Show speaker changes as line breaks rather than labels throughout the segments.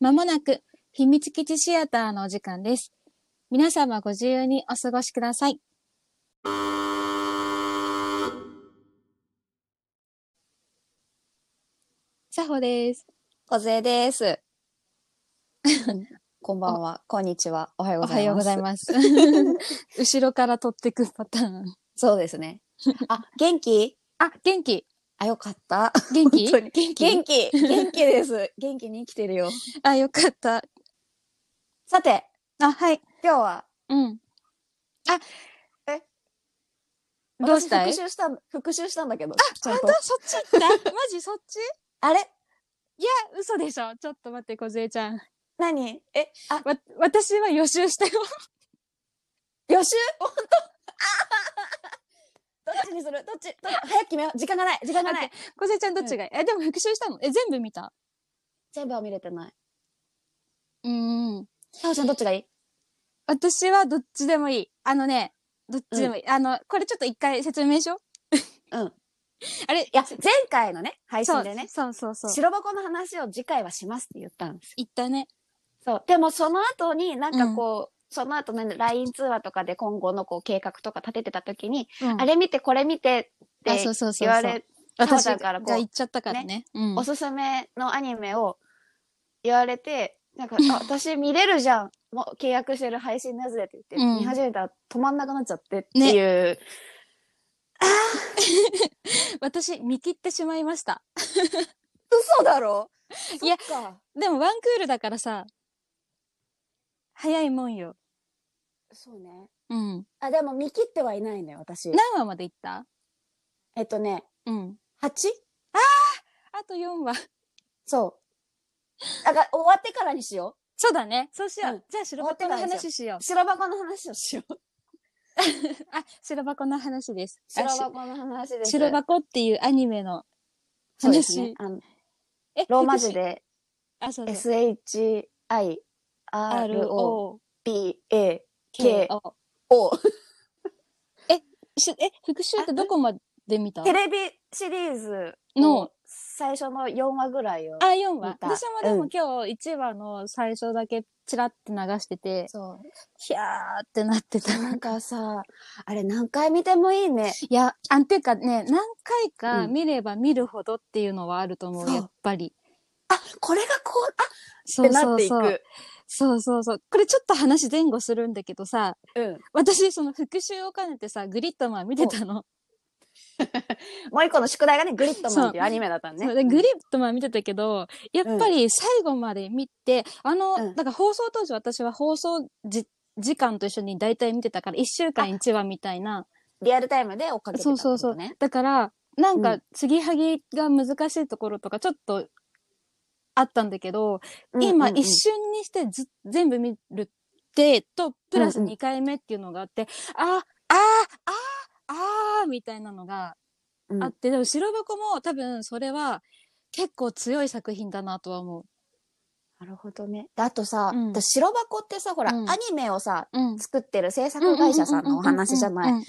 まもなく秘密基地シアターのお時間です。皆様ご自由にお過ごしください。さほです。
小杖です。 こんばんは。こんにちは。おはよう
お
ございます。
はようございます。後ろから取ってくパターン。
そうですね。 あ、元気
あ、元気
あ、よかった。
元気
本当に
元気
元気元気です。元気に生きてるよ。
あ、よかった。
さて、
あ、はい。
今日は、
うん。あ、
え
どうしたい
私復習したん、復習したんだけど。ちゃん
本
と
当そっち行ったマジそっち
あれ
いや、嘘でしょ。ちょっと待って、小杖ちゃん。
何え、あ、
わ、私は予習したよ。
予習本当あ はははどっちにするどっちどっち早く決めよう。時間がない。時間がない。
小杖ちゃんどっちがいい、え、でも復習したのえ、全部見た
全部は見れてない。
うん。
さおちゃんどっちがいい
私はどっちでもいい。あのね、どっちでもいい。あの、これちょっと一回説明しよう。
うん。
あれ、
いや、前回のね、配
そ
信
う
でね、
そうそうそう。
白箱の話を次回はしますって言ったんですよ。
言ったね。
そう。でもその後になんかこう、その後ね、LINE 通話とかで今後のこう計画とか立ててた時に、
うん
あれ見てこれ見てって
あそうそうそうそう
言われ、
私
そう
が
だからこう
言っちゃったからね。うん
お。すすめのアニメを言われて、なんか、あ、私見れるじゃん。もう契約してる配信のやつでって言って、
うん
見始めたら止まんなくなっちゃってっていう、
私、見切ってしまいました。
嘘だろ
いや
そっか
でもワンクールだからさ、早いもんよ。
そうね。
うん。
あ、でも見切ってはいないのよ、私。
何話までいった
えっとね、
うん。
8?
あと4話。
そう。だから終わってからにしよ
そうだね。そうしよう。
うん
じゃあ、白箱の
終わってからでし
話しよう
う。。白箱の話をしよう。
あ、白箱の話です。あ
白箱の話で
し
す。
白箱っていうアニメの
そうですね
話。。
あの
え
ローマ字。で
あ、そうそう。
SHIROBAKO。
K-O。しえ、復習ってどこまで見た
テレビシリーズ
の
の最初の4話ぐらいを
あ、。4話
見。た
私もで
う
も
ん
今日1話の最初だけチラって流してて、
そう。
ひゃーってなってた。
なんかさ、あれ何回見てもいいね。
いや、あんていうかね、何回か
うん
見れば見るほどっていうのはあると思う、
そう
やっぱり。
あ、これがこう、あっ
そ
て
う
な
そ
っ
う
てい
そう。
く。
そうそうそう。これちょっと話前後するんだけどさ、
うん。
私、その復習を兼ねてさ、グリッドマン見てたの。
もう一個の宿題がね、グリッドマンっていうアニメだったの
そう
ね。
でグリッ
ッ
ドマン見てたけど、やっぱり最後まで見て、あの、
うん
なんか放送当時私は放送じ時間と一緒に大体見てたから、1週間1話みたいな。
リアルタイムで追っかけてたってことね。
そうそうそうだから、なん
う
か、継ぎはぎが難しいところとか、ちょっと、あったんだけど、今一
緒
瞬にしてず全部見るって、と、プラス
うんうん
2回目っていうのがあって、あー、あー、あー、あー、みたいなのがあって、でも白箱も多分それは結構強い作品だなとは思う。
なるほどね。であとさ、
うん
私白箱ってさ、ほら、
うん
アニメをさ、
うん。
作ってる制作会社さんのお話じゃない。
い。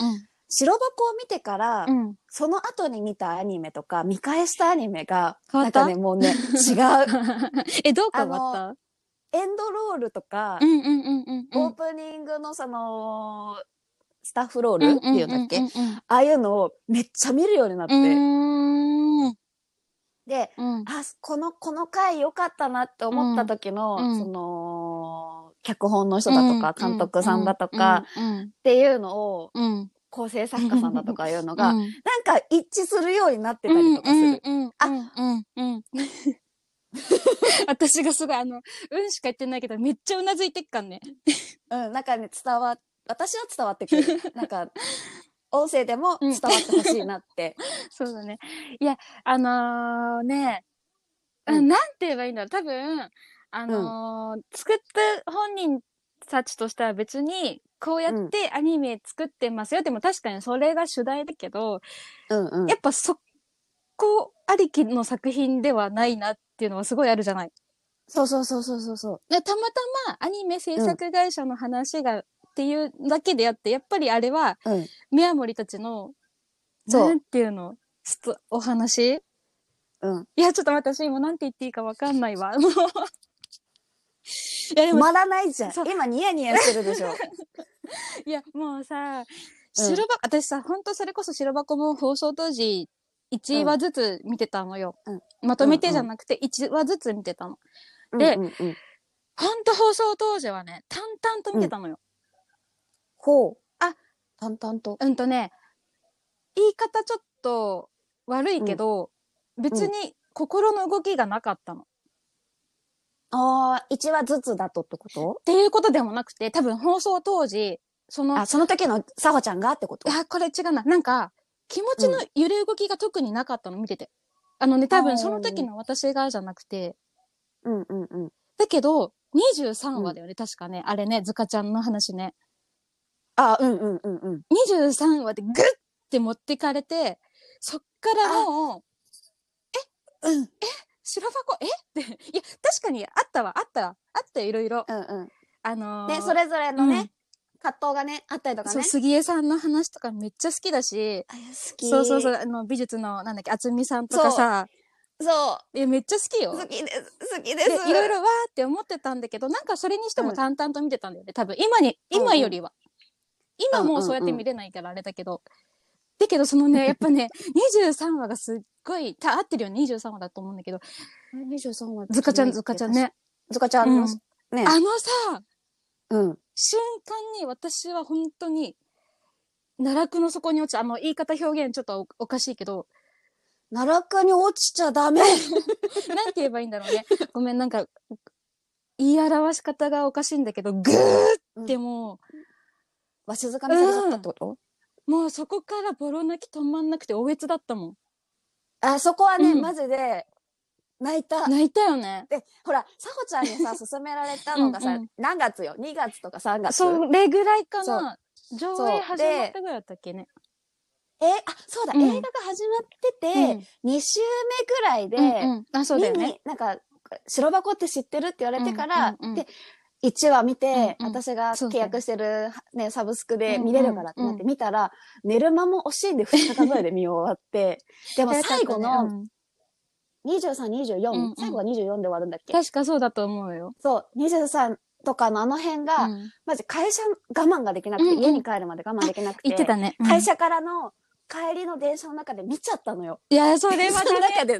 白箱を見てから、
うん。
その後に見たアニメとか、見返したアニメが、
変わ
な
っ
んか
た
ね、もう ね、違う。
え、どう変わっ
エンドロールとか
たう、んうんうんうんうん。
オープニングのその、スタッフロールっていうんだっけ、
うんうんうんうん
ああいうのをめっちゃ見るようになって。
うんう
で、
ーん。うん。
あ、この、この回良かったなって思った時の、
うんうん
その、脚本の人だとか、監督さんだとか、
うん
っていうのを、
うんうんうん
構成作家さんだとかいうのが、
う
なん
ん
か一致するようになってたりとかする。
うんうんうんうんうんうん。私がすごいあの、うんしか言ってないけど、めっちゃうなずいてっかんね。
うん、なんかね、伝わ、私は伝わってくる。 なんか、音声でも伝わってほしいな って。
そうだね。いや、あのーね、あ
うん
なんて言えばいいんだろう。多分、あのー作った本人たちとしては別に、こうやってアニメ作ってますよ。でも確かにそれが主題だけど、
うんうん。
やっぱそこありきの作品ではないなっていうのはすごいあるじゃない。
そうそうそうそうそうそう。
でたまたまアニメ制作会社の話が、っていうだけであって、やっぱりあれは、
うん。
宮森たちの、
そう
なんていうのちょっとお話
うん。
いや、ちょっと待って私、もうなんて言っていいかわかんないわ。もうやで
止
も、
まらないじゃん
そう。
今ニヤニヤしてるで しょ。
いや、もうさ、白箱、私さ、ほんとそれこそ白箱も放送当時、1話ずつ見てたのよ。
うん
まとめてじゃなくて、1話ずつ見てたの。で
うんうんうん
ほんと放送当時はね、淡々と見てたのよ。
ほう。
あ、
淡々と。
うん、とね、言い方ちょっと悪いけど、別に心の動きがなかったの。っ
ああ、一話ずつだとってこと
ていうことでもなくて、多分放送当時、その、
あ、その時のさほちゃんがってこと
あ、これ違うな。なんか、気持ちの揺れ動きが特になかったの、見てて。あのね、多
あー
分その時の私がじゃなくて、
うんうんうん。
だけど、23話だよね、確かね。あれね、ずかちゃんの話ね。
あ、うんうんうんうん。
23話でグッて持ってかれて、そっからもう、え、
うん
え、白箱、え って。いや、確かにあったわ、あったわ。あったよ、いろいろ。
うんうん。
あのー、
ね、それぞれの
う
ね
ん、
葛藤がね、あったりとか
そう、
ね。
杉江さんの話とかめっちゃ好きだし、
あ好き。
そうそうそう、
う。
あの、美術の、なんだっけ、厚美さんとかさ、
そ
いや、めっちゃ好きよ
う。。好きです。好きで。
ですいろいろわーって思ってたんだけどなんかそれにして
う
も
ん
淡々と見てたんだよね多分今に
うんうん
今よりは、今もうそうやって見れないからあれだけど、だけどその ねやっぱね23話がすっごいた合ってるよね23話だと思うんだけど
23話。
ずかちゃんずかちゃん。ね、
ずかちゃん
う
の
ん、
ね。
あのさ
うん。
瞬間に私は本当に奈落の底に落ちたあの言い方表現ちょっとおおかしいけど
奈落に落ちち ゃダメ。
なんて言えばいいんだ ろうね。ごめん、なんか、言い表し方がおかしいんだけど、ぐーっても
わしづかみされちゃったってこと
う、もうそこからボロ泣き止まんなくて、おえつだったもん。
あ、そこはね、
うん
マジで、泣いた。
泣いたよね。
で、ほら、さほちゃんにさ、勧められたのがさ、
うんうん
何月よ ?2 月とか3月。
それぐらいかな。上
そう
映始まったぐらいだったっけね。
え、あ、そうだ、
うん
映画が始まってて、2週目くらいで、
うん、うんうんあ、そうだよ
見
ね。
になんか、白箱って知ってるって言われてから、
うんうんうん
で、1話見て、
うんうん
私が
そう
契
だよ
約してる、ね、サブスクで見れるからってなって見たら、寝る間も惜しいんで2日間ぐらいで見終 わって、でも最後の
うん
23、24、
うんうん
最後は24で終わるんだっけ、
確かそうだと思うよ。
そう、23とかのあの辺が、
うん
まず会社我慢ができなくて、
うんうん
家に帰るまで我慢できなくて、
言ってたね。うん
会社からの帰りの電車の中で見ちゃったのよ。
いや、それ
電
は
車
ダ
の
メ
中で、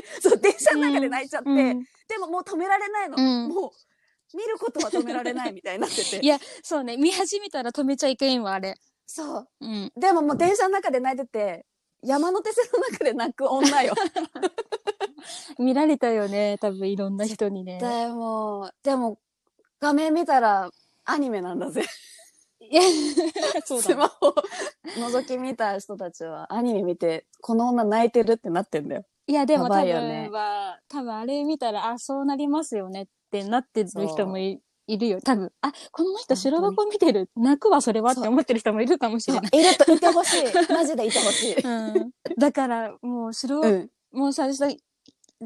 でそう、電車の中で泣いちゃって、
うん
でももう止められないの。
うん
もう、見ることは止められないみたいになってて
い。や、そうね。見始めたら止めちゃいけんわ、あれ。
そう。
うん。
でももう電車の中で泣いてて、山手線の中で泣く女よ。
見られたよね。多分いろんな人にね。
でも、でも、画面見たら、アニメなんだぜ。
いや、 そう
ス
だね。
マホを覗き見た人たちはアニメ見て、この女泣いてるってなってんだよ。
いや、で
や
も
ば
多
いよね
分は、多分あれ見たら、あ、そうなりますよねってなってる人もいいるよ。多分、あ、この人白箱見てる、泣くわ、それはっ
そう
て思ってる人もいるかもし
い
れ
る
ない。
と、いてほしい。マジでいてほ しい。
うん、だから、もう白、
うん。
もうさ、さ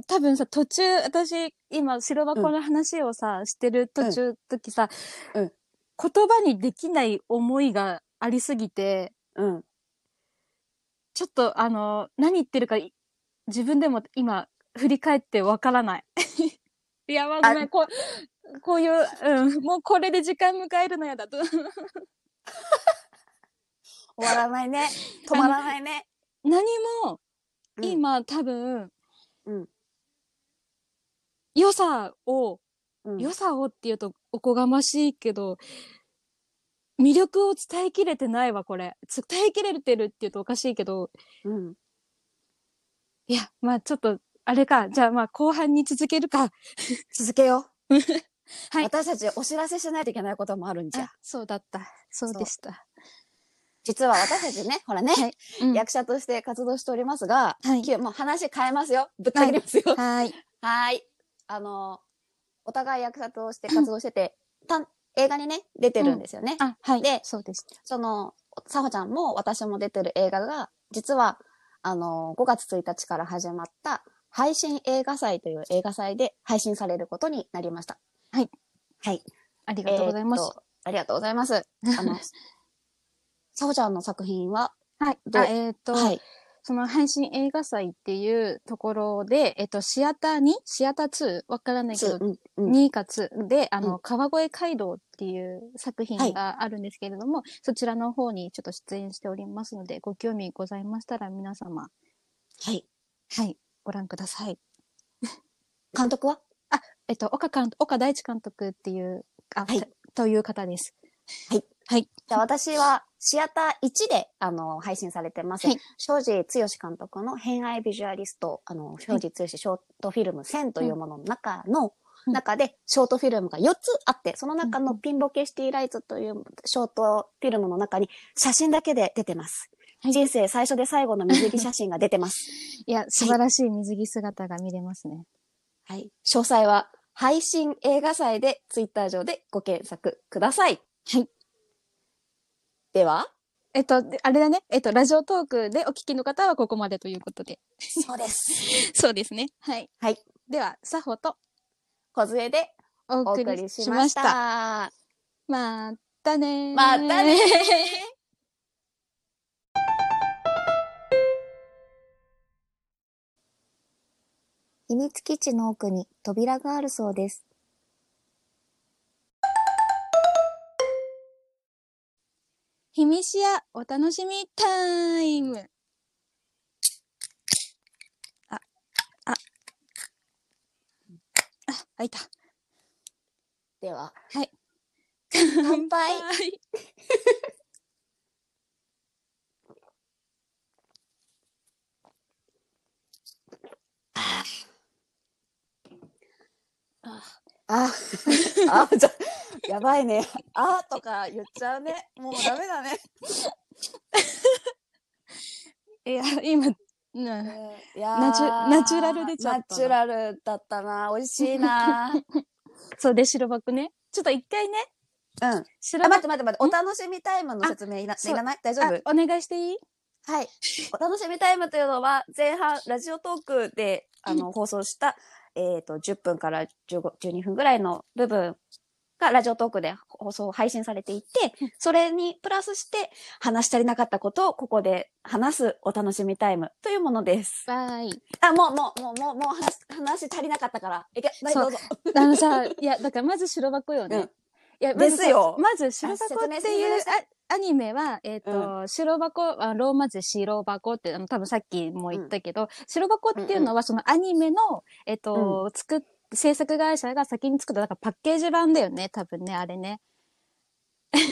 多分さ、途中、私、今、白箱の話をさ、してる途中、時さ、
うん
言葉にできない思いがありすぎて、
うん。
ちょっと、あの、何言ってるか、い自分でも今、振り返ってわからない。 いや、まあ、ごめん、こう、こういう、うん、もうこれで時間迎えるのやだと。
終わらないね。止まらないね。
何も、
うん
今、多分、
うん
良さを、
うん
良さをって言うとおこがましいけど、魅力を伝えきれてないわ、これ。伝えきれてるって言うとおかしいけど、
うん。
いや、まあちょっと、あれか。じゃあまあ後半に続けるか。
続けよ う。
はい
私たちお知らせしないといけないこともあるんじゃ
あ。そうだった。そうでした。
実は私たちね、ほらね、
はいうん
役者として活動しておりますが、
はい
きゅもう話変えますよ。ぶった切りますよ。 は
はい。
ーい。あの、お互い役者として活動してて、たん映画にね、出てるんですよね。
あ、はい。
で
そうです。
その、さほちゃんも私も出てる映画が、実は、あの、5月1日から始まった、配信映画祭という映画祭で配信されることになりました。
はい。
はい。
あり
あ
がとうございます。
ありがとうござい ます。あの、さほちゃんの作品は、
はい。
ど
あ
う
えっ、と、
はい。
その配信映画祭っていうところで、えっと、シアター 2? シアター 2? わからないけど、
うんうん
2か2で、あの、
う
川越街道っていう作品があるんですけれども、そちらの方にちょっと出演しておりますので、ご興味ございましたら皆様、
はい。
はい、ご覧ください。
監督は
えっと、岡監岡大地監督っていう、あ、
はい
たという方です。
じゃあ私はシアター1で、あの、配信されてます。
はい
庄司剛志監督の偏愛ビジュアリスト、あの、庄司剛志ショートフィルム1000というものの中の、
うん
中で、ショートフィルムが4つあって、その中
う
の
ん
ピンボケシティライツというショートフィルムの中に写真だけで出てます。
はい
人生最初で最後の水着写真が出 てます。
いや、素晴らしい水着姿が見れますね。
はい。詳細は配信映画祭でツイッター上でご検索ください。
はい。
では、
えっと、であれだね。えっと、ラジオトークでお聞きの方はここまでということで。
そうです。
そうですね。はい。
はい。
では、作法と
小杖で
お
お
送
送
り
り
し
し
ま
ま
し。
したた。
またねー
またねー秘密基地の奥に扉があるそうです。
ひみしやお楽しみタイム。あ、あ、あ、開いた。
では、
はい。
乾杯 あ、あ、じゃ、やばいね。あとか言っちゃうね。もうダメだね。
いや、今、うん、
いやー
ナチュナチュラル出ちゃったな
ナチュラルだったな。美味しいな。 うん。
そうで白バクね。ちょっと一回ね、
あ、待
白バ
って待って待って。お楽しみタイムの説明いら
そう
いらない大丈夫
あお願いしていい
はい。お楽しみタイムというのは、前半、ラジオトークで、あの、放送した、えっ、と、10分から15 12分ぐらいの部分が、ラジオトークで放送、配信されていて、それにプラスして、話し足りなかったことを、ここで話すお楽しみタイムというものです。
バイ。
あ、もう、もう、もう、もう、もう話、話足りなかったから。いけ、はい、
そう
どうぞ。
あのさ、いや、だからまず白箱よね。
うん
いや、まずさ
ですよ
まず白箱って
あ説明
いう
説明
あアニメは、えっ、と、白箱、あローマ字で白箱って、あの、多分さっきも言ったけど、白箱っていうのはそのアニメの、えっ、と、作っ制作会社が先に作った、だからパッケージ版だよね、多分ね、あれね。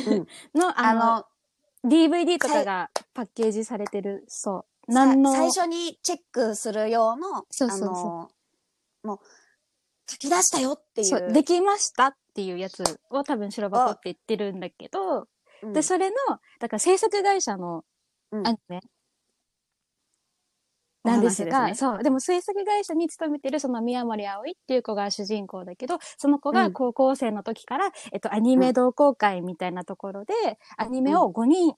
うん
の、あ
あ
の、
の、
DVD とかがパッケージされてる、そう。
さ
何の、
最初にチェックする用の、
そうそうそう
あの、もう、書き出したよっていう。
そう、できましたっていうやつを多分白箱って言ってるんだけど、
うん
で、それの、だから制作会社の
うん
アニメなんです
お話
が、
です
そう、でも制作会社に勤めてるその宮森葵っていう子が主人公だけど、その子
う
が
ん
高校生の時から、えっと、アニメ同好会みたいなところで、アニメを5人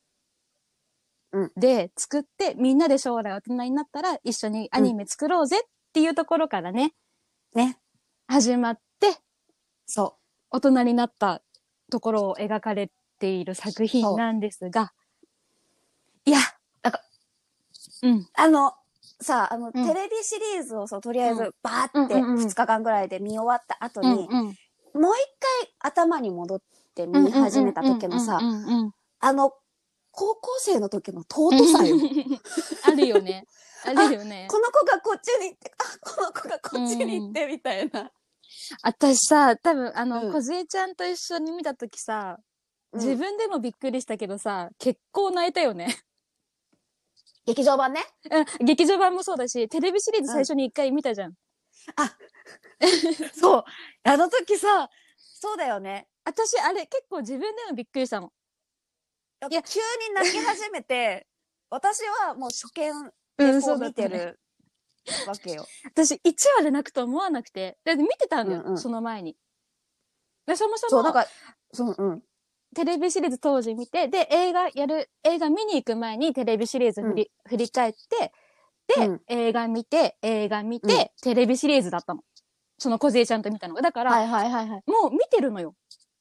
うん
で作って、みんなで将来大人になったら一緒にアニメ作ろうぜっていうところからね、
ね。
始まって、
そ
大人になったところを描かれている作品なんですが、
う。いや、
うん。
あの、さあ、の、
うん
テレビシリーズをそう、とりあえ
う
ず、バーっ
う
て、
んうんうん
2日間ぐらいで見終わった後に、
うん
もう一回頭に戻って見始めた時のさ
う、んうんうんうん
あの、高校生の時の尊さよ。この
あるよね。あるよね。
子がこっちに行って、あ、この子がこっちに行って、みたいな。
私さ、多分、あ
う
の、
ん
小杖ちゃんと一緒に見たときさ、
うん
自分でもびっくりしたけどさ、結構泣いたよね。
劇場版ね。
うん劇場版もそうだし、テレビシリーズ最初に一回見たじゃん。
そう。あの時さ、そうだよね。
私、あれ、結構自分でもびっくりしたの。
い
や
や、急に泣き始 めて、私はもう初見
う
で
ん
こ
そう
う
だ
見
った
て
ね
るわけよ。
私、1話で泣くと思わなくて。だって見てたのよ、
うんうん
その前に。で、そも そ
そう、
も
なん、か、そう、うん。
テレビシリーズ当時見て、で、映画やる、映画見に行く前にテレビシリーズ振り,、振り返って、で、
うん
映画見て、映画見て、
う
テ
ん
レビシリーズだったの。その小杖ちゃんと見たのが。だから、
はいはいはいはい。
もう見てるのよ。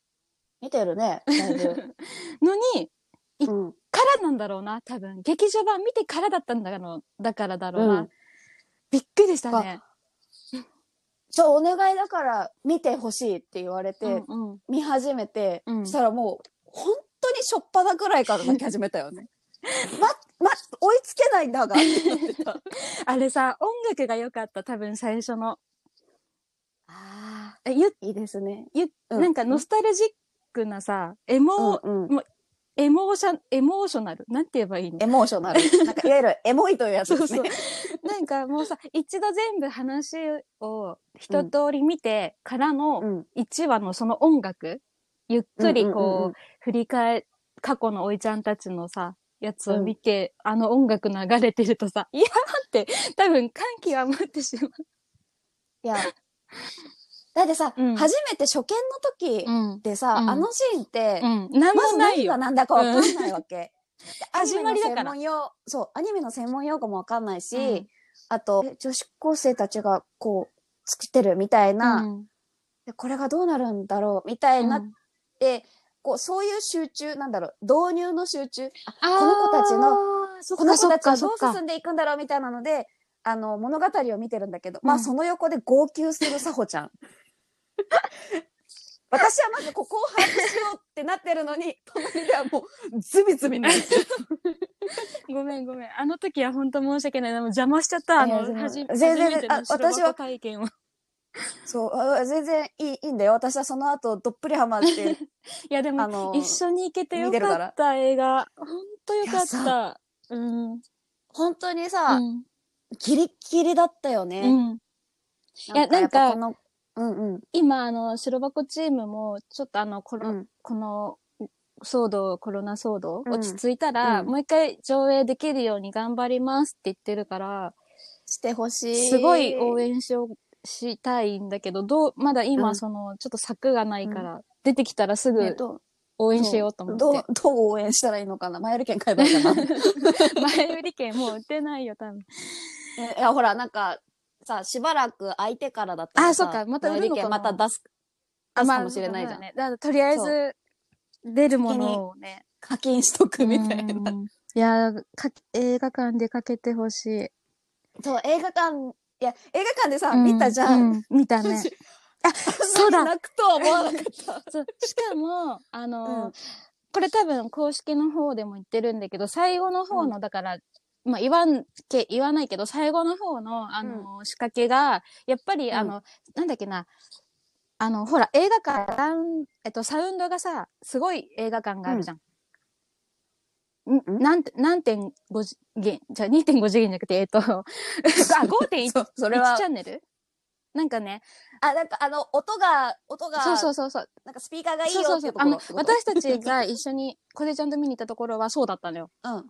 見てるね、だいぶ。
のに、
うん。
からなんだろうな、多分。劇場版見てからだったんだろう、だからだろうな。
うん
びっくりしたね。
ちょ、お願いだから見てほしいって言われて、
うんうん
見始めて、
うん
したらもう、本当にしょっぱなくらいから泣き始めたよ ね。ま、ま、追いつけ ないんだが、ってなってた。
あれさ、音楽が良かった、多分最初の。
あ
えゆ
ーいいですね。
ゆ
うん
なんかノスタルジックなさ、エモ、
うんうん
エモーション、エモーショナルなんて言えばいいの
エモーショナル。 なんか、いわゆるエモいというやつですね。
なんかもうさ、一度全部話を一通り見てからの
うん
1話のその音楽、ゆっくり
うんうんうんう
こ
ん
う、振り返過去のおいちゃんたちのさ、やつを見て、あの音楽流れてるとさ、いやーって、多分歓喜は待ってしま
いや。だってさ、
うん
初めて初見の時
う。うん。
でさ、
うん
あのシーンって、
うん。なん
ま
も
ず
ない
何
よ
が。なんだかわかんないわけ。で
始まりだから
アニメの専門用そう、アニメの専門用語もわかんないし、
うん
あと、女子高生たちがこう、作ってるみたいな、
うん
でこれがどうなるんだろうみたいになって、こう、そういう集中、なんだろう、導入の集中、この子たちの
の
この子たちはどう進んでいくんだろうみたいなので、あの、物語を見てるんだけど、ま
う
あ
ん
その横で号泣するさほち ゃん。私はまずここを把握しようってなってるのに、隣ではもう、ズビズビ泣いてる。
ごめんごめん。あの時は本当申し訳ない。でも邪魔しちゃった。あ
いや
の、
全然
初め初
全然
めての
あ
白
私
箱
は
体験を。
そう、あ全然いいいいんだよ。私はその後、どっぷりハマ って、
いやで
あ
も、
の、
一緒に行けてよ
見てるか
からった映画。ほんとよかっ
いや
た。うん。
本当に
う
さ、
ん。
ギリッギリだったよね。
うんいや
やっぱ
なんか
この、うんうん。
今、あの、白箱チームも、ちょっとあの、コロ、
うん
この、騒動、コロナ騒動、
うん
落ち着いたら、
うん
もう一回上映できるように頑張りますって言ってるから、
してほしい。
すごい応援しよう、したいんだけど、どう、まだ
う
今、
ん
その、ちょっと柵がないから、出てきたらす
えっ
ぐ
と
応援しようと思って。
どう、どう応援したらいいのかな前売り券買えばいいかな
前売り券もう売ってないよ、多分。
えいや、ほら、なんか、さ、しばらく空いてからだったら
あ
さ
そっかまた
前
売る
売り
のかな
券また出す、出すかもしれないじゃん。
ね。だからとりあえず、出るものをね。
課金しとくみたいな。
うんいやーか、映画館でかけてほしい。
そう、映画館、いや、映画館でさ、
う
見たじゃん。
う見た ね。そうだ
あんなに泣くとは思わなかった。
そうしか も、あのー
うん
これ多分公式の方でも言ってるんだけど、最後の方の、だから、まあ言わんけ、言わないけど、最後の方の、あのー仕掛けが、やっぱり、
うん
あの、なんだっけな、あの、ほら、映画館、ダウンえっと、サウンドがさ、すごい映画館があるじゃん。んなんて、何点5次元、じゃあ2.5次元じゃなくて、えっと、 あ、5.1
そう、それは
チ、ャンネルなんかね、
あ、なんかあの、音が、音が、
そうそうそうそう、
なんかスピーカーがいいよ
そうそう
って
そ
いうう。とこ
あ
ろ
の、私たち が一緒に、小出ちゃんと見に行ったところはそうだったのよ。
うん。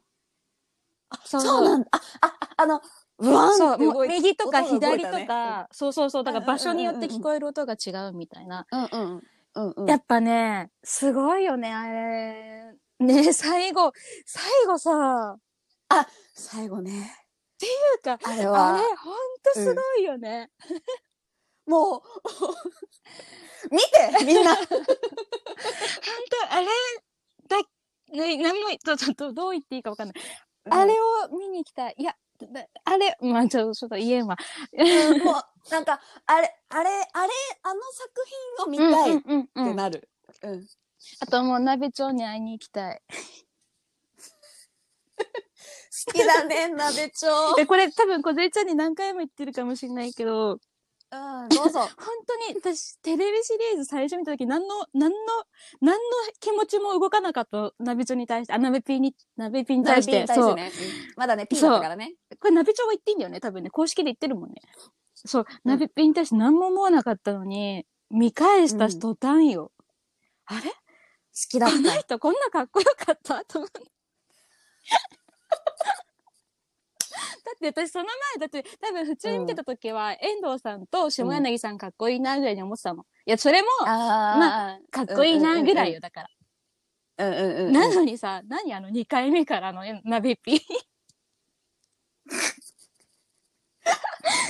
あ、
そ
そううなんだ。あ、あ、ああの、ブワン
そ
っ
う、
て
も
動
う
いて
右とか
音が動い
左
た
と
ね
か、そうそうそう、だから場所によって
うんうんうんうん
聞こえる音が違うみたいな。
うんうん。うんうん。
やっぱね、すごいよね、あれ。ね、最後、最後さ、
最後ね。
ていうか、
あれ
あ
は
れ、、ほんとすごいよね。
もう、見てみんな
ほんと、あれ、だ、ね、何も、ちょちょっと、どう言っていいかわかんない。 あれを見に来たい。いや、だあれ、まあちょっと、ちょっと言えんわ。
うんもう、なんか、あれ、あれ、あれ、あの作品を見たいっ
うんうんうん
て
うん
なる。うん。
あともう、鍋町に会いに行きたい。
好きだね、鍋町。
で、これ多分、小杉ちゃんに何回も言ってるかもしれないけど、
うん、どうぞ。
本当に私、テレビシリーズ最初見た時、何の、何の、何の気持ちも動かなかった、鍋町に対して、あ、鍋ピーに、鍋ピーに対
鍋
し
ピ
て。
ンに対し
そう
て。ね。うんまだね、ピンだったからね。
これ鍋町が言っていいんだよね、多分ね。公式で言ってるもんね。そう、鍋ピーに対して何も思わなかったのに、見返した
うん
途端よ。あれ
好きだっ
あの
た。
人こんなかっこよかったと思って。 だって私その前、だって多分普通に見てた時は、遠藤さんと下柳さんかっこいいなぐらいに思ってたの。いや、それも
あ
かっこいいなぐらいよ、だから。
あ。うんうんうん。
なのにさ、何あの2回目からの鍋 ピー。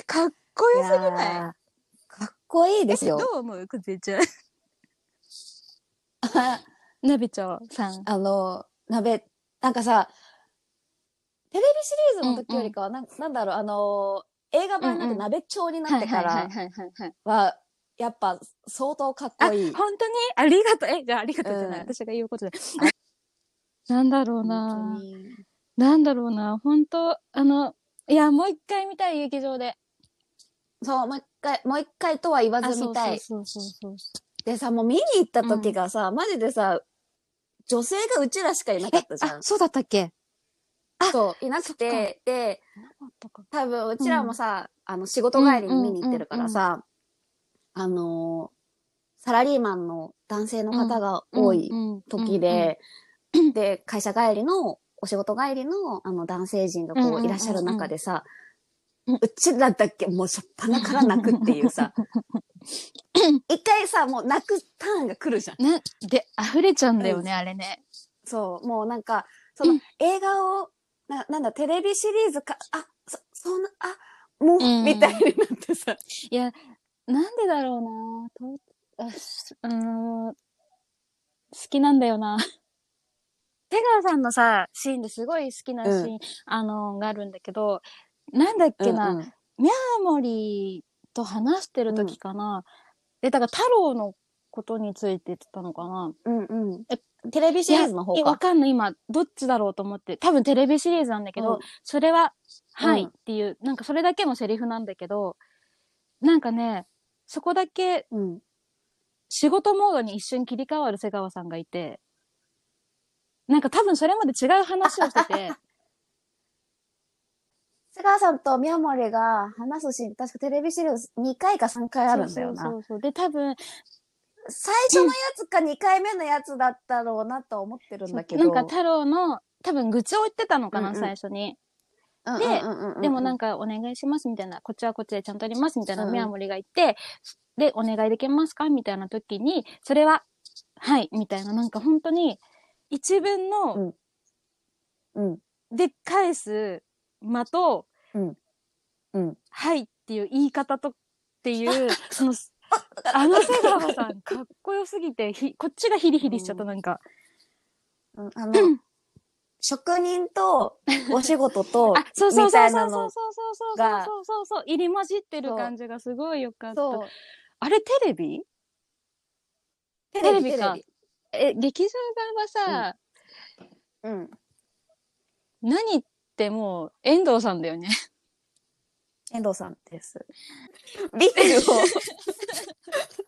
かっこよすぎない
やーかっこいいです
ど
よ。
う思うくずちゃん。 鍋長さん。
あの、鍋、なんかさ、テレビシリーズの時よりかは、なんなんだろう、あのー映画版になっ
うんう
て
ん
鍋調になってか
はい
ら
はいはいはいはい。
は、やっぱ相当かっ
あ、
こいい。
本当にありがとう。え、じゃあありがとうじゃない。
うん
私が言うことで。なんだろう
本
な
当。に
なんだろうな。本当あの、いや、もう一回見たい、劇場で。
そう、もう一回、もう一回とは言わ
あ、
ず
そ
見
う
たい。
そうそうそうそ
でさ、もう見に行った時がさ、マジでさ、女性がうちらしかいなかったじ
う。
ゃ
あ、
ん。
そうだったっけ
そう、いなくて、で、
なかったか。
多分うちらもさ、あの仕事帰りに見に行ってるからさ、あのーサラリーマンの男性の方が多い時で、で、会社帰りの、お仕事帰りの、あの、男性陣が
うんうん
こ
うんう
うんいらっしゃる中でさ、
うん
うちらだっけもうしょっぱなから泣くってい うさ、一回さ、もう泣くターンが来るじゃん。
うんうんうん。ね、で、溢れちゃうんだよね、あれね。
そう、もうなんか、その
うん
映画を、ななんだ、テレビシリーズか、あ、そ、そんな、あ、もう、
うん
みたいになってさ、
いや、なんでだろうな。とあうーん、好きなんだよ な。出川さんのさ、シーンですごい好きなシーン、
う
あの、があるんだけど、なんだっけな、
うんうん
タモリと話してる時かな。え、だから太郎のことについて言ってたのかな。
うんうん。テレビシリーズの方
いやえわ
か。
かんない、今、どっちだろうと思って。多分テレビシリーズなんだけど、
うん
それは、は
う
い
ん
っていう、なんかそれだけのセリフなんだけど、なんかね、そこだけ
うん。
仕事モードに一瞬切り替わる瀬川さんがいて、なんか多分それまで違う話をしてて、
瀬川さんと宮森が話すシーン、確かテレビシリーズ2回か3回あるんだよ
そう
な
そ。うそう。で、多分、
最初のやつか2回目のやつだったろうなとは思ってるんだけど。
なんか太郎の、多分愚痴を言ってたのかな、
うんうん
最初に。
うん
で
うんうんうんうん
でもなんか、お願いしますみたいな、こっちはこっちでちゃんとやりますみたいな
うん
宮森が言って、で、お願いできますかみたいな時に、それは、はい、みたいな、なんか本当に、一文の、
うん。
で、返す間と、
うん。
はいっていう言い方と、って いう、その、あの瀬川さん、かっこよすぎて、ひ、こっちがヒリヒリしちゃった、なんか。
うんあの、職人とお仕事 と
あ、、そうそうそ
みた
う
い
そ
な
うそう
の。
そうそうそう
が
そうそうそう、入り混じってる感じがすごいよかった。
そう。
あれテレビ
テ
レビかえ、劇場版はさ、
うん。
何言ってもう遠藤さんだよね。
遠藤さんです。ビールを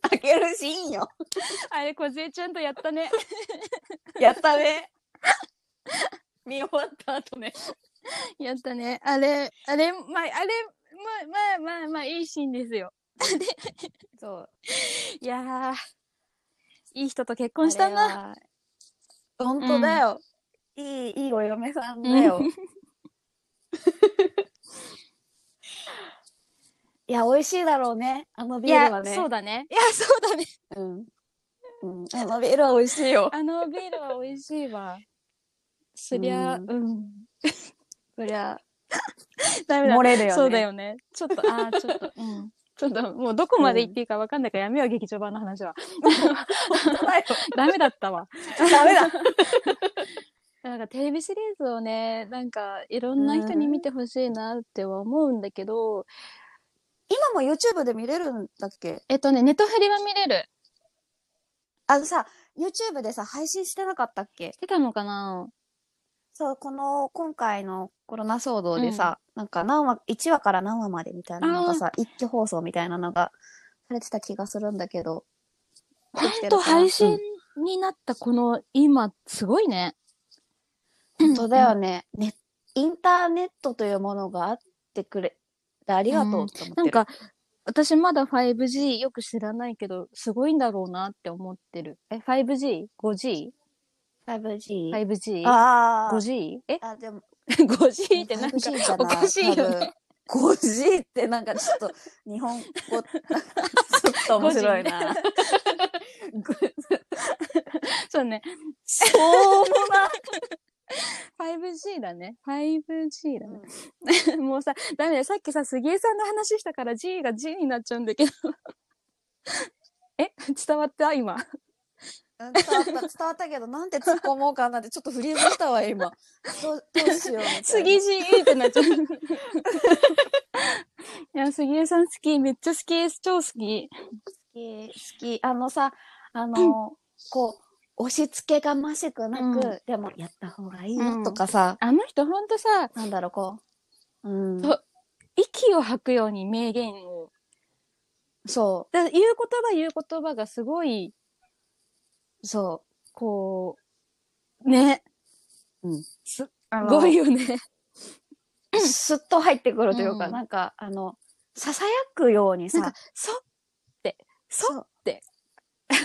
開けるシーンよ。
あれ、こずえちゃんとやったね。
やったね。見終わった後ね。
やったね。あれ、あれ、まあ、あれ、まあ、まあ、まあ、まあ、いいシーンですよ。
そう。
いやー、いい人と結婚したな。
あれは。本当だよ。いい、いいお嫁さんだ よ。いや、美味しいだろうね。あの
い
ビール
や
は、ね。
そうだね。いや、そうだね。
うん。うん。あのビールは美味しいよ。
あのビールは美味しいわ。そりゃ、う。
うんんそりゃ、
ダメだ
漏。れるよ
そ
ね。
うだ。 よね。ちょっと、あ あ、ちょっと、うん。ちょっと、もうどこまで行っていいかわかんないからやめよう、劇場版の話は。
本当だよ。
ダメだったわ。
ダメだ。
なんかテレビシリーズをね、なんかいろんな人に見てほしいなっては思うんだけど、
今も YouTube で見れるんだっけ
えっとね、ネットフリは見れる。
あのさ、YouTube でさ、配信してなかったっけ
してたのかな
そう、この、今回のコロナ騒動でさ、なんか何話、1話から何話までみたいなのがさ、一挙放送みたいなのがされてた気がするんだけど。
ほ
できて
ん
る
と
かな
配
う
信
ん
になったこの今、すごいね。
本当だよね。ね、インターネットというものがあってくれてありがとうって思ってる。
なんか、私まだ 5G よく知らないけど、すごいんだろうなって思ってる。え、5G?5G?5G?
5G。ああ。
5G? え
あ、でも、
5G ってなんか
5G じゃ
お
ない
かしいよね。。
多分 5G ってなんかちょっと日本語、 ちょっと面白いな。
そうね。
そうもな。
5G だね。5G だね。 もうさ、ダメだよ。さっきさ、杉江さんの話したから G が G になっちゃうんだけど。え伝わった今。
うん伝わった、伝わったけど、なんて突っ込もうかなって、ちょっとフリーズしたわ、今。どう、どうしようみたいな。
杉井ーってなっちゃう。 いや、杉江さん好き。めっちゃ好き。超好き。
好き、あのさ、あの、こう、押し付けがましくなく、
うん
でもやった方がいいうよ
ん
とかさ、
あの人ほんとさ、
なんだろう、こう。うん。
そう息を吐くように名言を。
そ
だから言う言葉言う言葉がすごい、
う、そ
こう、ね。
うん
す
う。
す
あの
ごいよね。
スッと入ってくるというか、
うん
なんか、あの、ささやくよう
な
に
ん
さ
か、、そって、そ
そ
っ。
って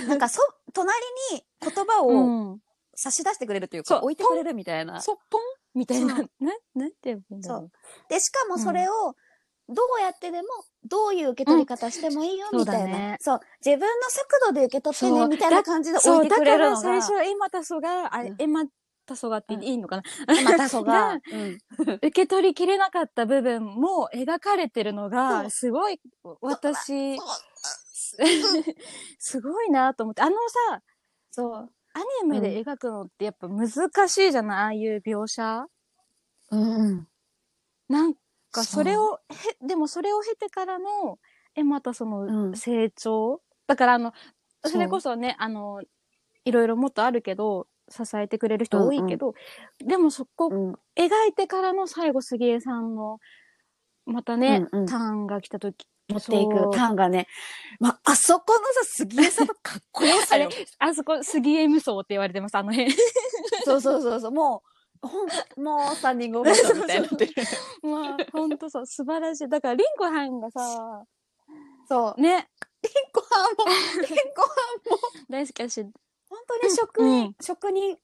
なんか、そ、隣に言葉
う
を
ん。
差し出してくれるという
そ
か、
う
置いてくれるみたいな。
そっぽんみたいな。
そ
な、なんて言えばいいんだろう。
で、しかもそれを、どうやってでも、どういう受け取り方してもいいよ、
うん
みたいな、
そうだね
そう。自分の速度で受け取って
そ
ね、
う
みたいな感じで
そ
置
う、
いて
だ
くれ
か
る
ら
の
最
が、
初、エマタソが、あれ
う、ん
エマタソがっていいのかな、
またそ が、うん
受け取りきれなかった部分も描かれてるの
そ
が、
う
すごい、私
そう、
すごいなと思って。あのさ、
そう。
アニメで描くのってやっぱ難しいじゃない、ああいう描写。
うん。
なんか、それ
を、
を、へ、でもそれを経てからの、え、またそ
うん
の、成長、だから、あの、
そう
それこそね、あの、いろいろもっとあるけど、支えてくれる人多いけど、でもそこ
うん。
描いてからの最後杉江さんのまたね、
うんうん
ターンが来た時
持っていく
そう
ターンがね、まあ、あそこのさ、杉江さんのかっこよさよ。
あそこ杉江無双って言われてますあの辺
そうそうそうそう、もう、ほんと、もうスタンディングオベーションみたいにな ってる。
まあほんと そう素晴らしいだからリンコはんがさ
そう。
ね
リンコハンも、リンコハンも、
大好きだし
本当に職
う
人
ん、
職人。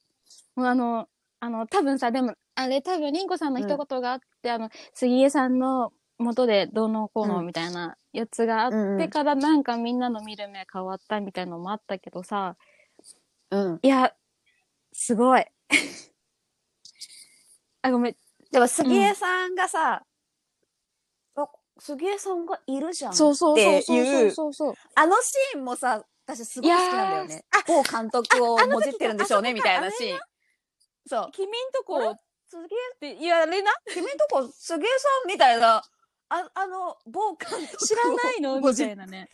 もうあのあの多分さでもあれ多分リンコさんの一言があって、あの杉江さんの元でどうのこうの
うん
みたいなやつがあ
うん
っ
うん
てからなんかみんなの見る目変わったみたいのもあったけどさ
うん。
いやすごい あごめん
でも、杉江さんがさ、あ杉江さんがいるじゃん。
そうそうそう
っていう
そうそうそう
あのシーンもさ、私すごい好きなんだよね。某監督をもじってるんでしょうね、みたいなシーン。そう。
君んとこっ
杉江
て言われな
君んとこ、すげえさんみたいな、あ、あの、某監督
知らないの
ご
み
じ
た
っ
いなね。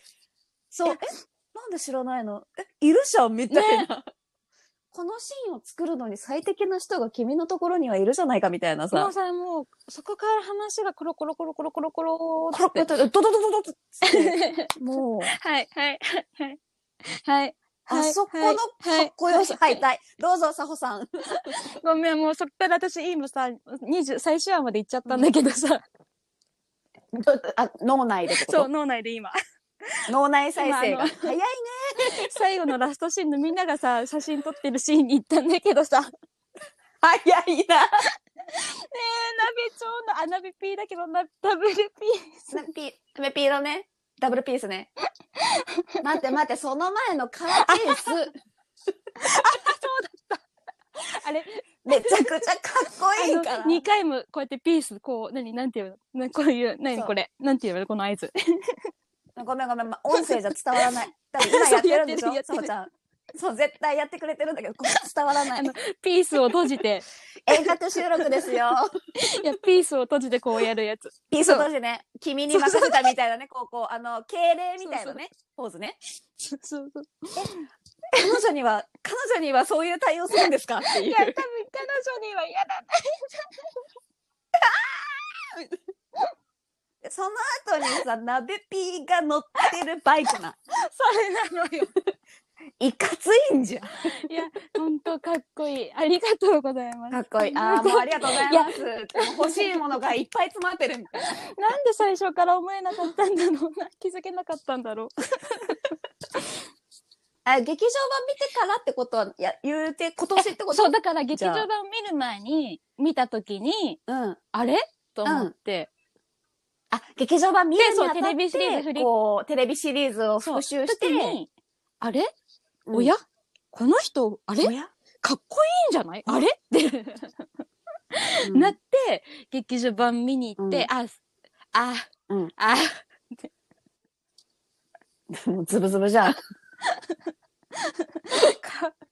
そう。え、なんで知らないのえ、いるじゃんみたいな。このシーンを作るのに最適な人が君のところにはいるじゃないかみたいな
も
さ
う。さ、もう、そこから話がコロコロコロコロコロコロ
コロ
って
ッと、ドドドドドドって。 もう、
はい、はい、はい、はい。はい。
あそこのか
はい
っこよさ。は、
はいい
はい。どうぞ、さほさん。
ごめん、もうそっから私今さ、20、最終話まで行っちゃったんだけどさ、
あ、脳内でってこ
そう、
と
脳内で今。
脳内再生
今
が。
あの
早いね。
最後のラストシーンのみんながさ、写真撮ってるシーンに行ったんだけどさ、ね
早いな。
え、鍋ちょうの、あ、鍋 P だけど、な、ダブル P。
なピ、メピーだね。ダブルピースね。待って待って、その前のカーケース、
あれ、
めちゃくちゃかっこいいか
あ
ら
の。2回もこうやってピースこう何なんていうのなこういう何
そう
これなんていうのこの合図
ごめんごめん、ま、音声じゃ伝わらない。多分今やってるんでしょ
そうやって
そ
る
うちゃん。そう、絶対やってくれてるんだけど、これ伝わらない
あ。のピースを閉じて
遠隔収録です よ。
い やピースを閉じてこうやるやつ
ピース同士ね、君に任せたみたいなね、こう、こう、あの、敬礼みたいなね、ポーズね。
そうそうそう
彼女には、彼女にはそういう対応するんですかって
い
いう
や多。分彼女には嫌だな
その後にさ、鍋ピーが乗ってるバイクな。
それなの よ
いかついんじゃん。
いや本当かっこいいありがとうございます
かっこいい。ああ、もうありがとうございます。欲しいものがいっぱい詰まってるみたいな。
なんで最初から思えなかったんだろうな 気づけなかったんだろう
あ、劇場版見てからってことは、いや、言うて、今年ってこと
そうだから劇
じゃあ
場版を見る前に見た時に
うん。
あれと思って、
あ、劇場版見るにあたって、
でそうテレビシリーズ振り
こう、テレビシリーズを復習して、
時にあれ、
うん
おやこの人あれ
おや
かっこいいんじゃないあれって、
うん
なって、劇場版見に行って、あ、あ、
うん
あ、
もうズブズブじゃん。
か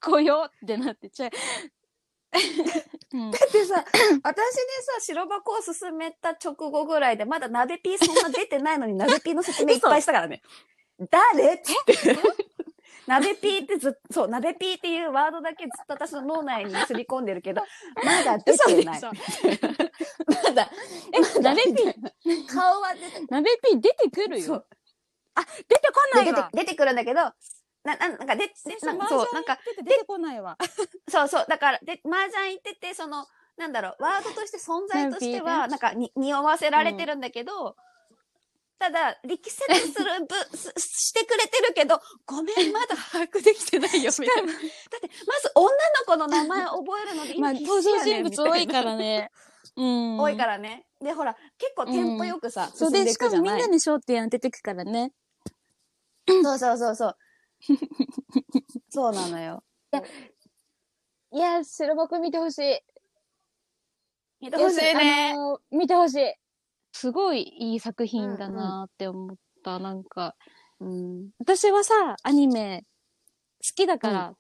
こよってなってちゃう。 うん、
で さ、私にさ、白箱を勧めた直後ぐらいで、まだ鍋ピーそんな出てないのに、鍋ピーの説明いっぱいしたからね。誰って。 鍋ピーってずっと、そう、鍋ピーっていうワードだけずっと私の脳内にすり込んでるけど、まだ出てない。
嘘でし
ま だ、
ょえ、鍋ピー、
顔は出て
鍋ピー出てくる
そ
よ
う。
出てこない
出て
わ。
出てくるんだけど、な、ななんかで、でなんかそう、なんか、
出て出てこないわ。
そうそう、だから、で、麻雀行ってて、その、なんだろう、ワードとして存在としては、なんかに、匂わせられてるんだけど、ただ、力説す るぶ、すしてくれてるけど、ごめん、まだ把握できてないよ、みたいな。だって、まず女の子の名前覚えるの
ま
で今
あ、
必
登
死
場
やね
人
ん、。
物多いからら ね。うん。
多いからね。で、ほら、結構テンポよくさ、
そう
進ん
で、
でい
しか
くじ
も
ゃ
みん
な
ないに焦点当ててくからね。
そうそうそ うそう。そうなのよ。
いや、白箱見てほしい。
見てほしいね。
見てほしい。すごいいい作品だなって思った。なんか、
うん。
私はさ、アニメ好きだから、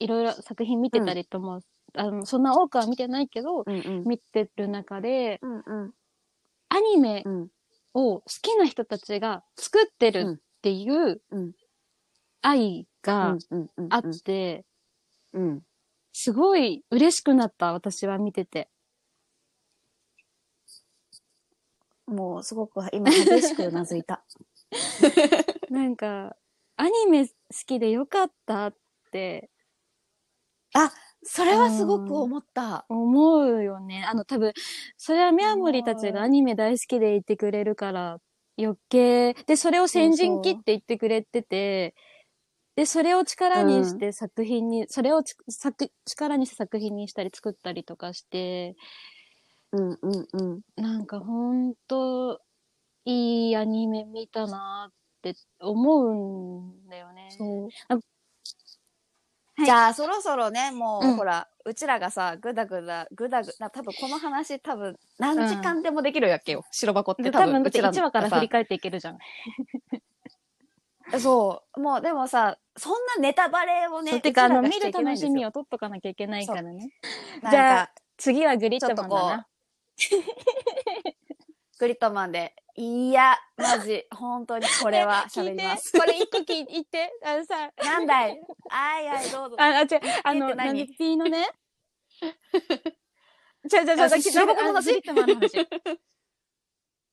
いろいろ作品見てたりとも、あの、そんな多くは見てないけど、
うんうん。
見てる中で、
うんうん。
アニメ
うん。
を好きな人たちが作ってるっていう
うんうん
愛が
うんうん。
あって、
うん。
すごい嬉しくなった、私は見て て。
もうすごく今激しくうなずいた。
なんか、アニメ好きでよかったって
それはすごく思った。
思うよね。あの、多分、それはメアモリたちがアニメ大好きでいてくれるから、余計。で、それを先人期って言ってくれてて、で、それを力にして作品に、それをち作力にして作品にしたり作ったりとかして、
うんうんうん。
なんかほんと、いいアニメ見たなって思うんだよね。
そう
あはい
じゃあそろそろね、もう、
うん
ほら、うちらがさ、ぐだぐだ、ぐだぐだ、多分この話多分何時間でもできるやっけよ。白箱って
で
多
多
分
分、だっ
うち
て
らの
1話から
さ
振り返っていけるじゃん。
そう。もうでもさ、そんなネタバレを
そ
ね、
うてか、あの、
う
見
ち
る
らがしちゃいけな
楽
いんです
し
よ
みを取っとかなきゃいけないからね。
なん
じゃ
か
あ、次はグリッドマン
ちょ
だ
っとこ
な。
グリットマンで。いや、マジ、本当にこれ は喋ります。
これ一個聞いて、あのさ、
なんだい あいあい、どうぞ。
あ、あ、違う、あ
聞いて
の、
何
ナビピーの ね。じゃじゃじ
あ
ゃ、
白箱の話
グリッドマンの話。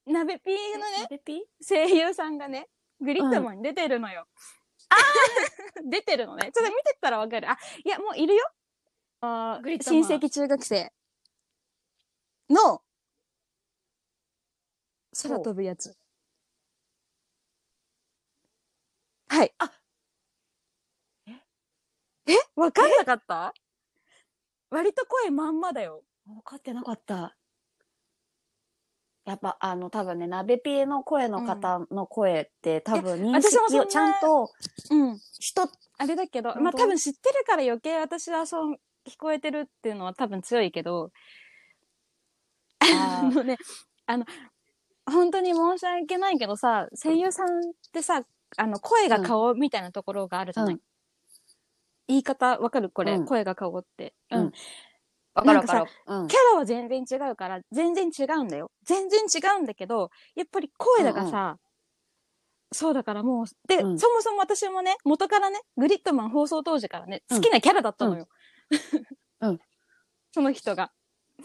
ナベピーのね、
レピ
声優さんがね、グリッドマンに出てるの よ。あ出てるのね。ちょっと見てったらわかる。あ、いや、もういるよ。あ
グリッドマン
親戚中学生の、空飛ぶやつ。はい。
あ
えわかんなかった割と声まんまだよ。
分かってなかった。やっぱあの多分ね、鍋ピエの声の方の声って、多分認
私もそ
識
ん
を
な
ちゃんと
うん。
人、
あれだけど、
本
まあ
当
多分知ってるから余計私はそう聞こえてるっていうのは多分強いけど、あ
あー
のね、あの、本当に申し訳ないけどさ、声優さんってさ、あの、声が顔みたいなところがあるじゃない、
うん
言い方わかるこれ、
うん
声が顔って。
うん
うん
わかる
な
わ
んか
か
さ
る。うん
キャラは全然違うから、全然違うんだよ。全然違うんだけど、やっぱり声だからさ、そうだからもう、で、
うん
そもそも私もね、元からね、グリッドマン放送当時からね、好きなキャラだったのよ。
うんうん
その人が。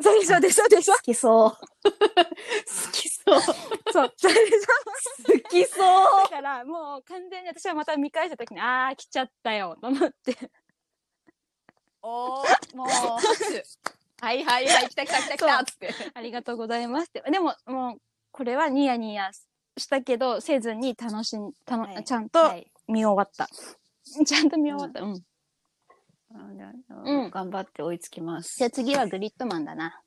そうでしょ、でしょ、でしょ
好。きそう。好きそう。好
そう、それでしょ。
きそう。
だから、もう完全に私はまた見返した時に、あー、来ちゃったよ、と思って。
おー、もう拍手。はいはいはい、来た来た来た来たっつって。
ありがとうございますって。でも、もう、これはニヤニヤしたけど、せずに楽しん、たの
はい
ちゃん
は
と
い
見終わった。 ちゃんと見終わった。うん。うん
頑張って追いつきます。
じゃあ次はグリッドマンだな。。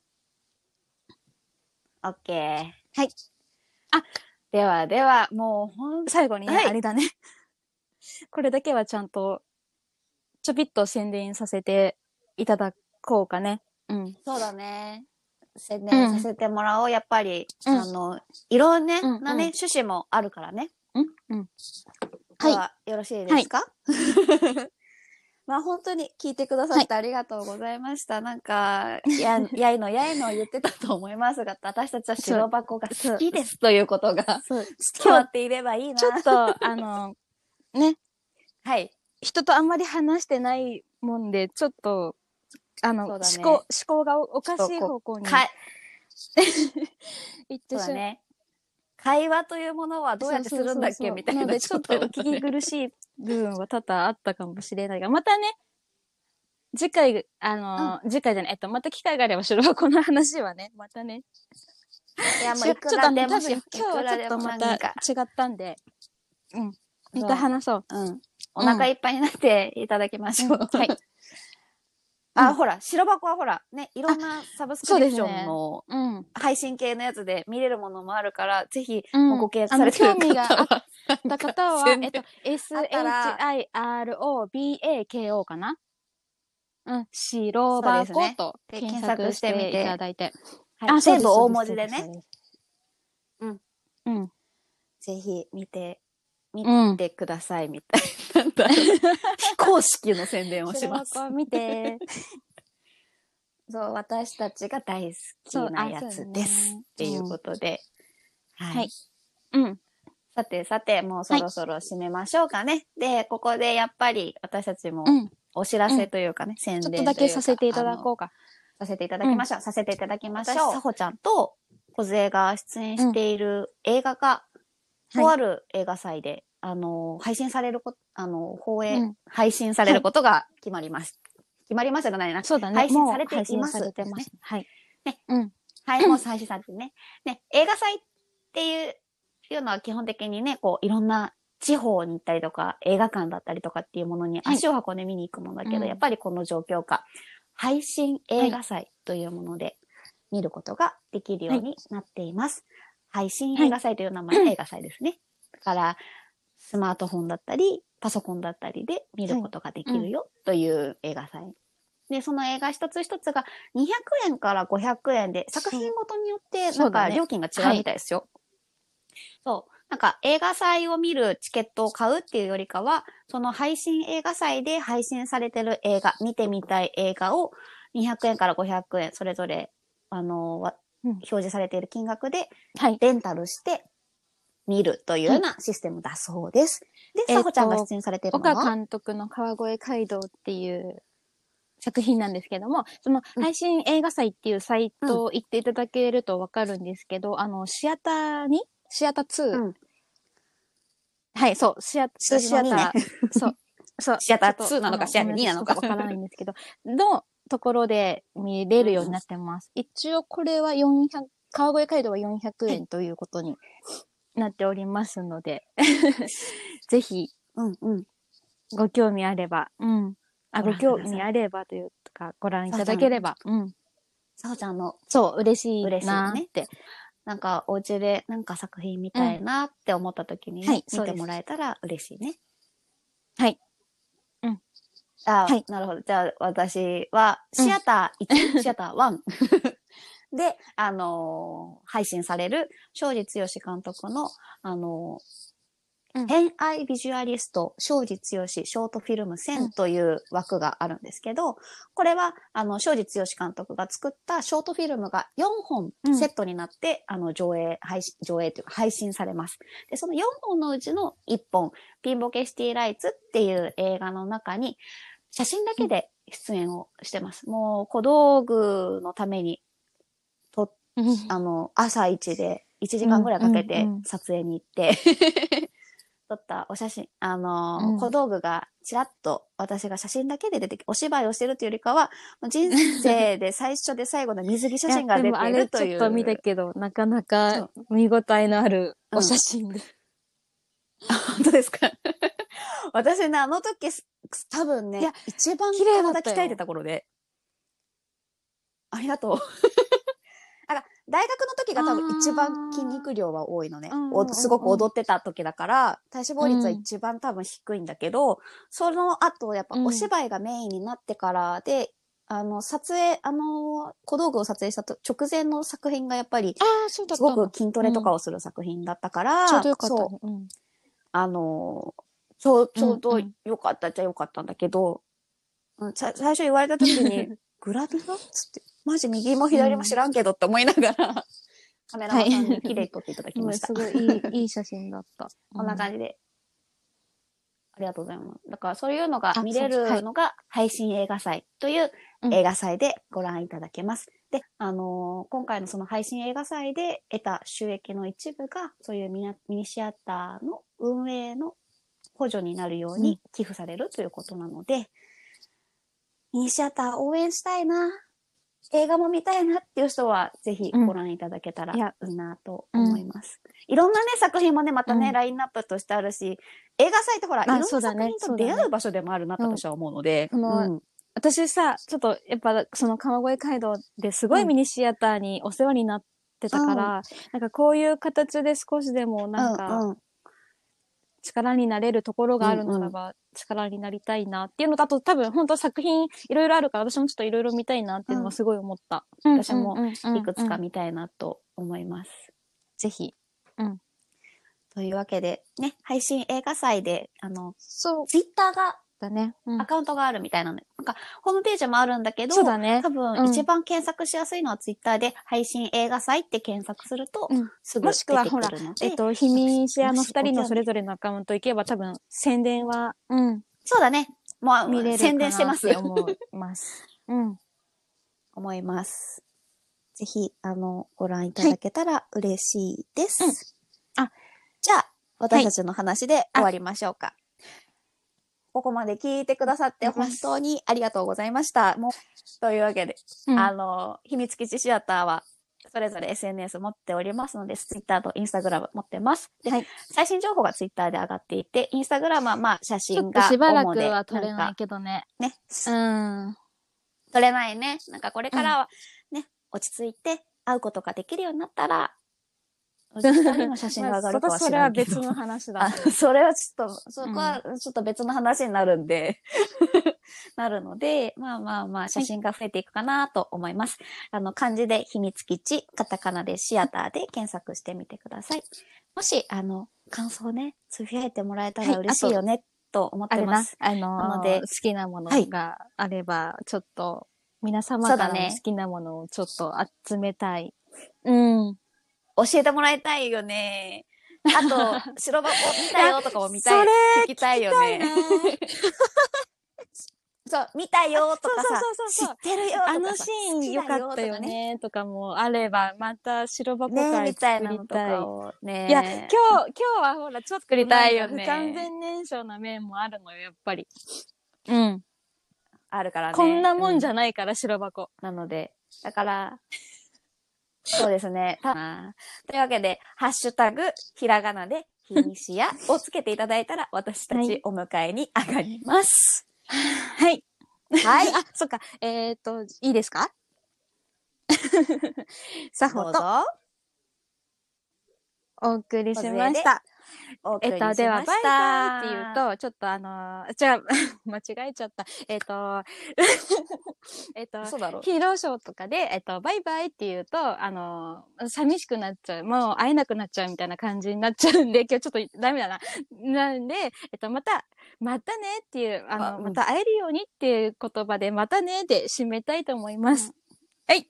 オッケー。はいあ、ではでは、もう本
最後にね、
はい
あれだね。これだけはちゃんと、ちょびっと宣伝させていただこうかね。うん。
そうだね。宣伝させてもらおう。やっぱり、
うん
あの、いろんなね、
うんうん
趣旨もあるからね。
うんうん。
ではよろしいですか、 まあ本当に聞いてくださってありがとうございました。なんか、や、 やいのやいの言ってたと思いますが、私たちは白箱が好きですということが
そう
伝わっていればいいな。
ちょっと、あの、ね、
はい。
人とあんまり話してないもんで、ちょっと、あの、
そう
思
だね
考、思考がおおかしい方向に
かい、
行って
そう
し
だ
まう。
ね。会話というものはどうやってするんだっ
そうそうそうそ
け
う
みたいな。
ので、ちょっとお聞き苦しい部分は多々あったかもしれないが、またね、次回、あの、次回じゃない、えっと、また機会があれば、白箱の話はね、またね、
いや、もう
ちょ
いくら
ち
で
ょ
も
っと
し
あの多分今
よ
日
いく
は
ら
ちょ
で
っと
も
ま
なんか
た違ったんで、うん。ま
そう
た話そう。
うん。お腹いっぱいになっていただきましょう。
うんはい。う
あ、
ん
ほら、白箱はほら、ね、いろんなサブスクリプションの
うん。
配信系のやつで見れるものもあるから、ぜひ、
うん
ご契約されて
あの興味
る
が
方は。
った方は、
宣
えっ
伝
と、
ったら
SHIROBAKO かなうん。白箱
そうですね
と
で
検索してみていただいて。
はい全部大文字で。
そう
ね、
すそうすうん。
ぜひ見て、見
うん
てくださいみたいな。 なんだろう非公式の宣伝
う
を
ん。
し
白
ます。
箱見て。
そう、私たちが大好
そう
きなやつで
あ
す。
そうだね
っていうことで。はい
はいうん。
さてさて、もうそろそろ締めましょうかね。で、ここでやっぱり私たちも
うん。
お知らせというかね、宣伝
ちょっ
という
と
か
だけさせていただこうか。
あのさせていただきましょう。させていただきましょう。
私
さほちゃんと小杖が出演している映画が、
はい
とある映画祭で、あの、配信されるこ、あの、放映、
うん
配信されることが決まります。決まりましたがないな。
そうだね。
配信
もう
されています
配信されてます。はい。
ね。
うん。
はい、もう最初さんってね。ね、映画祭っていう、いうのは基本的にね、こう、いろんな地方に行ったりとか、映画館だったりとかっていうものに
はい
足を運んで見に行くものだけど、
うん
やっぱりこの状況下、配信映画祭というもので見ることができるようになっています。配信映画祭という名前、映画祭ですね。だから、スマートフォンだったり、パソコンだったりで見ることができるよという映画祭。で、その映画一つ一つが200円から500円で、作品ごとによって、
そ
な
うんだ
か
ね
料金が違うみたいですよ。そう。なんか映画祭を見るチケットを買うっていうよりかは、その配信映画祭で配信されてる映画、見てみたい映画を200円から500円、それぞれ、あの、わ
うん
表示されている金額で
はい。
レンタルして見るというようなシステムだそうです。で、
えっと
さほちゃんが出演されているの
岡
は、
監督の川越街道っていう作品なんですけども、その
うん
配信映画祭っていうサイトを行っていただけるとわかるんですけど、あの、シアターにシアター2、
うん
はい、そう、シア
数字
シ
の
ア
2
タ
ね
ー、 そう、そう。
シアター
ちょっと
2なのか
あ
シアター2なのか
ごめんなさいちょっとわからないんですけど、のところで見れるようになってます。一応これは400、川越街道は400円ということになっておりますの で、ぜひ
うんうん。
ご興味あれば、うん。あ、
ご
ご
覧くだ
興
さい
味あればというか、ご覧いただければ、うん。
さほちゃんの
そう、嬉しい
嬉しい
な
ね
って。
なんかお家でなんか作品見たいなって思った時にね、
うんはい
見てもらえたら嬉しいね。
はい。うん。
あ、
はい
なるほど。じゃあ私はシアター1、シアター1。で、あのー配信される、庄司剛監督の、あのー
うん
偏愛ビジュアリスト、庄司剛ショートフィルム
うん
1000という枠があるんですけど、これは、あの、庄司剛監督が作ったショートフィルムが4本
うん
セットになって、あの、上映、配信、上映というか配信されます。で、その4本のうちの1本、ピンボケシティライツっていう映画の中に、写真だけで出演をしてます。もう、小道具のために、あの、朝一で、1時間ぐらいかけ
うん
て
うんうん
撮影 に行って、撮ったお写真、あのー
うん
小道具がちらっと私が写真だけで出てき、お芝居をしてるというよりかは、人生で最初で最後の水着写真が出てい
やで
ると
もあれち
い
ょ
う。
っと見たけど、なかな
そ
か
う
見応えのあるお写真で。
本当ですか 私ね、あの時、す多分ね、
いや
一番
綺麗だったよ
体鍛えてた頃で。あり がとう。あら、大学の時が多分一番筋肉量は多いのね
あーうん。うんうん
おすごく踊ってた時だから、体脂肪率は一番多分低いんだけど、その後、やっぱ
うん
お芝居がメインになってからで、あの、撮影、あの、小道具を撮影したと直前の作品がやっぱり、
ああ、そうだ
すごく筋トレとかをする作品だったから、
ちょうどよかった
そう
ね。うん
あのーちょう、ちょう
う
ど
んうん
良かったっちゃ良かったんだけど、うんさ最初言われた 時に、グラビアつって、マジ右も左も知らんけどって思いながら、カメラマンさんに綺麗に撮っていただきました
す。ごいいい、いい写真だった。
こんな感じで。ありがとうございます。だからそういうのが
あ
見れ
そうですは
る
い
のが配信映画祭という
うん
映画祭でご覧いただけます。で、あのー今回のその配信映画祭で得た収益の一部が、そういうミナミニシアターの運営の補助になるよう
う
に寄付されるということなので、ミニシアター応援したいな、映画も見たいなっていう人は、ぜひご覧いただけたら
うんいや
いいなと思います。いろんなね、作品もね、またね、
うん
ラインナップとしてあるし、映画祭ってほら、いろんな
そう
作
だね
品と出
そうだ
会う場所でもあるなと私は思うので。
うんその
うん
私さ、ちょっとやっぱその川越街道ですごいミニシアターにお世話になってたから、なんかこういう形で少しでもなん
う
か
んうん
力になれるところがあるならば力になりたいなっていうのと、あと多分本当作品いろいろあるから私もちょっといろいろ見たいなっていうのはすごい思った。
ん
私も
いくつか
見
見たいなと思います。ぜひ。
うん
というわけで、ね、配信映画祭で、あの、
そう
ツイッターが、
だね。うん
アカウントがあるみたいなので、なんか、ホームページもあるんだけど、
そうだね
多。
う
分、
ん
一番検索しやすいのはツイッターで、配信映画祭って検索すると
うん、
すぐ
もし
出
てく
く
は
るので、
えっと、秘密シェアの二人のそれぞれのアカウント行けば多分宣伝は、うん、
そうだね。も
見れ
う、
る
宣伝してます
かなって思い ます。うん。
思います。ぜひ、あの、ご覧いただけたら嬉しいです。
うんあ
じゃあ、私たちの話で終わりましょうか。ここまで聞いてくださって本当にありがとうございました。もうというわけで、
うん
あの、秘密基地シアターは、それぞれ SNS 持っておりますので、Twitter と Instagram 持ってます。で、
はい
最新情報が Twitter で上がっていて、Instagram はまあ写
ちょ
真
っと
が主
し
で、
ばらくは撮れ
な
ない
んか
けどね。
ね、
うん。
取れないね。なんかこれからはね、落ち着いて会うことができるようになった ら、2人の写真が上がるかは知
それ
ら
は
んけ
別
ど。
の話だ
あ。それはちょっと、そこはちょっと別の話になるんで、 なるので、まあまあまあ、写真が増えていくかなと思います。あの、漢字で秘密基地、カタカナでシアターで検索してみてください。もし、あの、感想ね、つぶやいてもらえた
はい
ら嬉しいよね、と思っ
あ
て
れ
ま
な
す。、
あのー
なので
好きなもの
はい
があれば、ちょっと、皆様
そう
か
だ
ら
ね
の好きなものをちょっと集めたい。うん。
教えてもらいたいよね。あ と、白箱見たよとかも見た
そ
い。
れ
聞きたいよね。そう、見たよとかさ、
そうそうそうそう
知ってるよとかさ
あのシーン良かったよ。ねとかもあれば、また白
好
箱
きだよ
会
とかねねみた
作
いな
り
のと
たい。
かをね。
いや、今日、今日はほら、ちょっと
作りたいよね
なんか不完全燃焼な面もあるのよ、やっぱり。うん。
あるからね。
こんなもんじ
う
ゃないから、白箱。
なので、だから、そうですね。たというわけで、ハッシュタグ、ひらがなで、ひに しやをつけていただいたら、私た
はい
ちお迎えに上がり ます。
はい。
はい。
あ、そっか。えっ、と、いいですか 作
ど
法
う
と
ぞ。
お送りしました。
お送
えっ、
りし
と、
ました。
では、バイバイって言うと、ちょっとあの ーじゃあ、間違えちゃった。えっ、と、 えっと、
そうだろう。
ヒーローショーとかで、えっと、バイバイって言うと、あのー寂しくなっちゃう。もう会えなくなっちゃうみたいな感じになっちゃうんで、 今日ちょっとダメだな。なんで、えっと、また、またねっていう、あ
あ
の、
うん
また会えるようにっていう言葉で、またねで締めたいと思います。はい。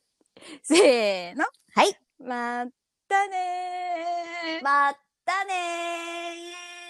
せーの。
はい。
またねー。
まったねー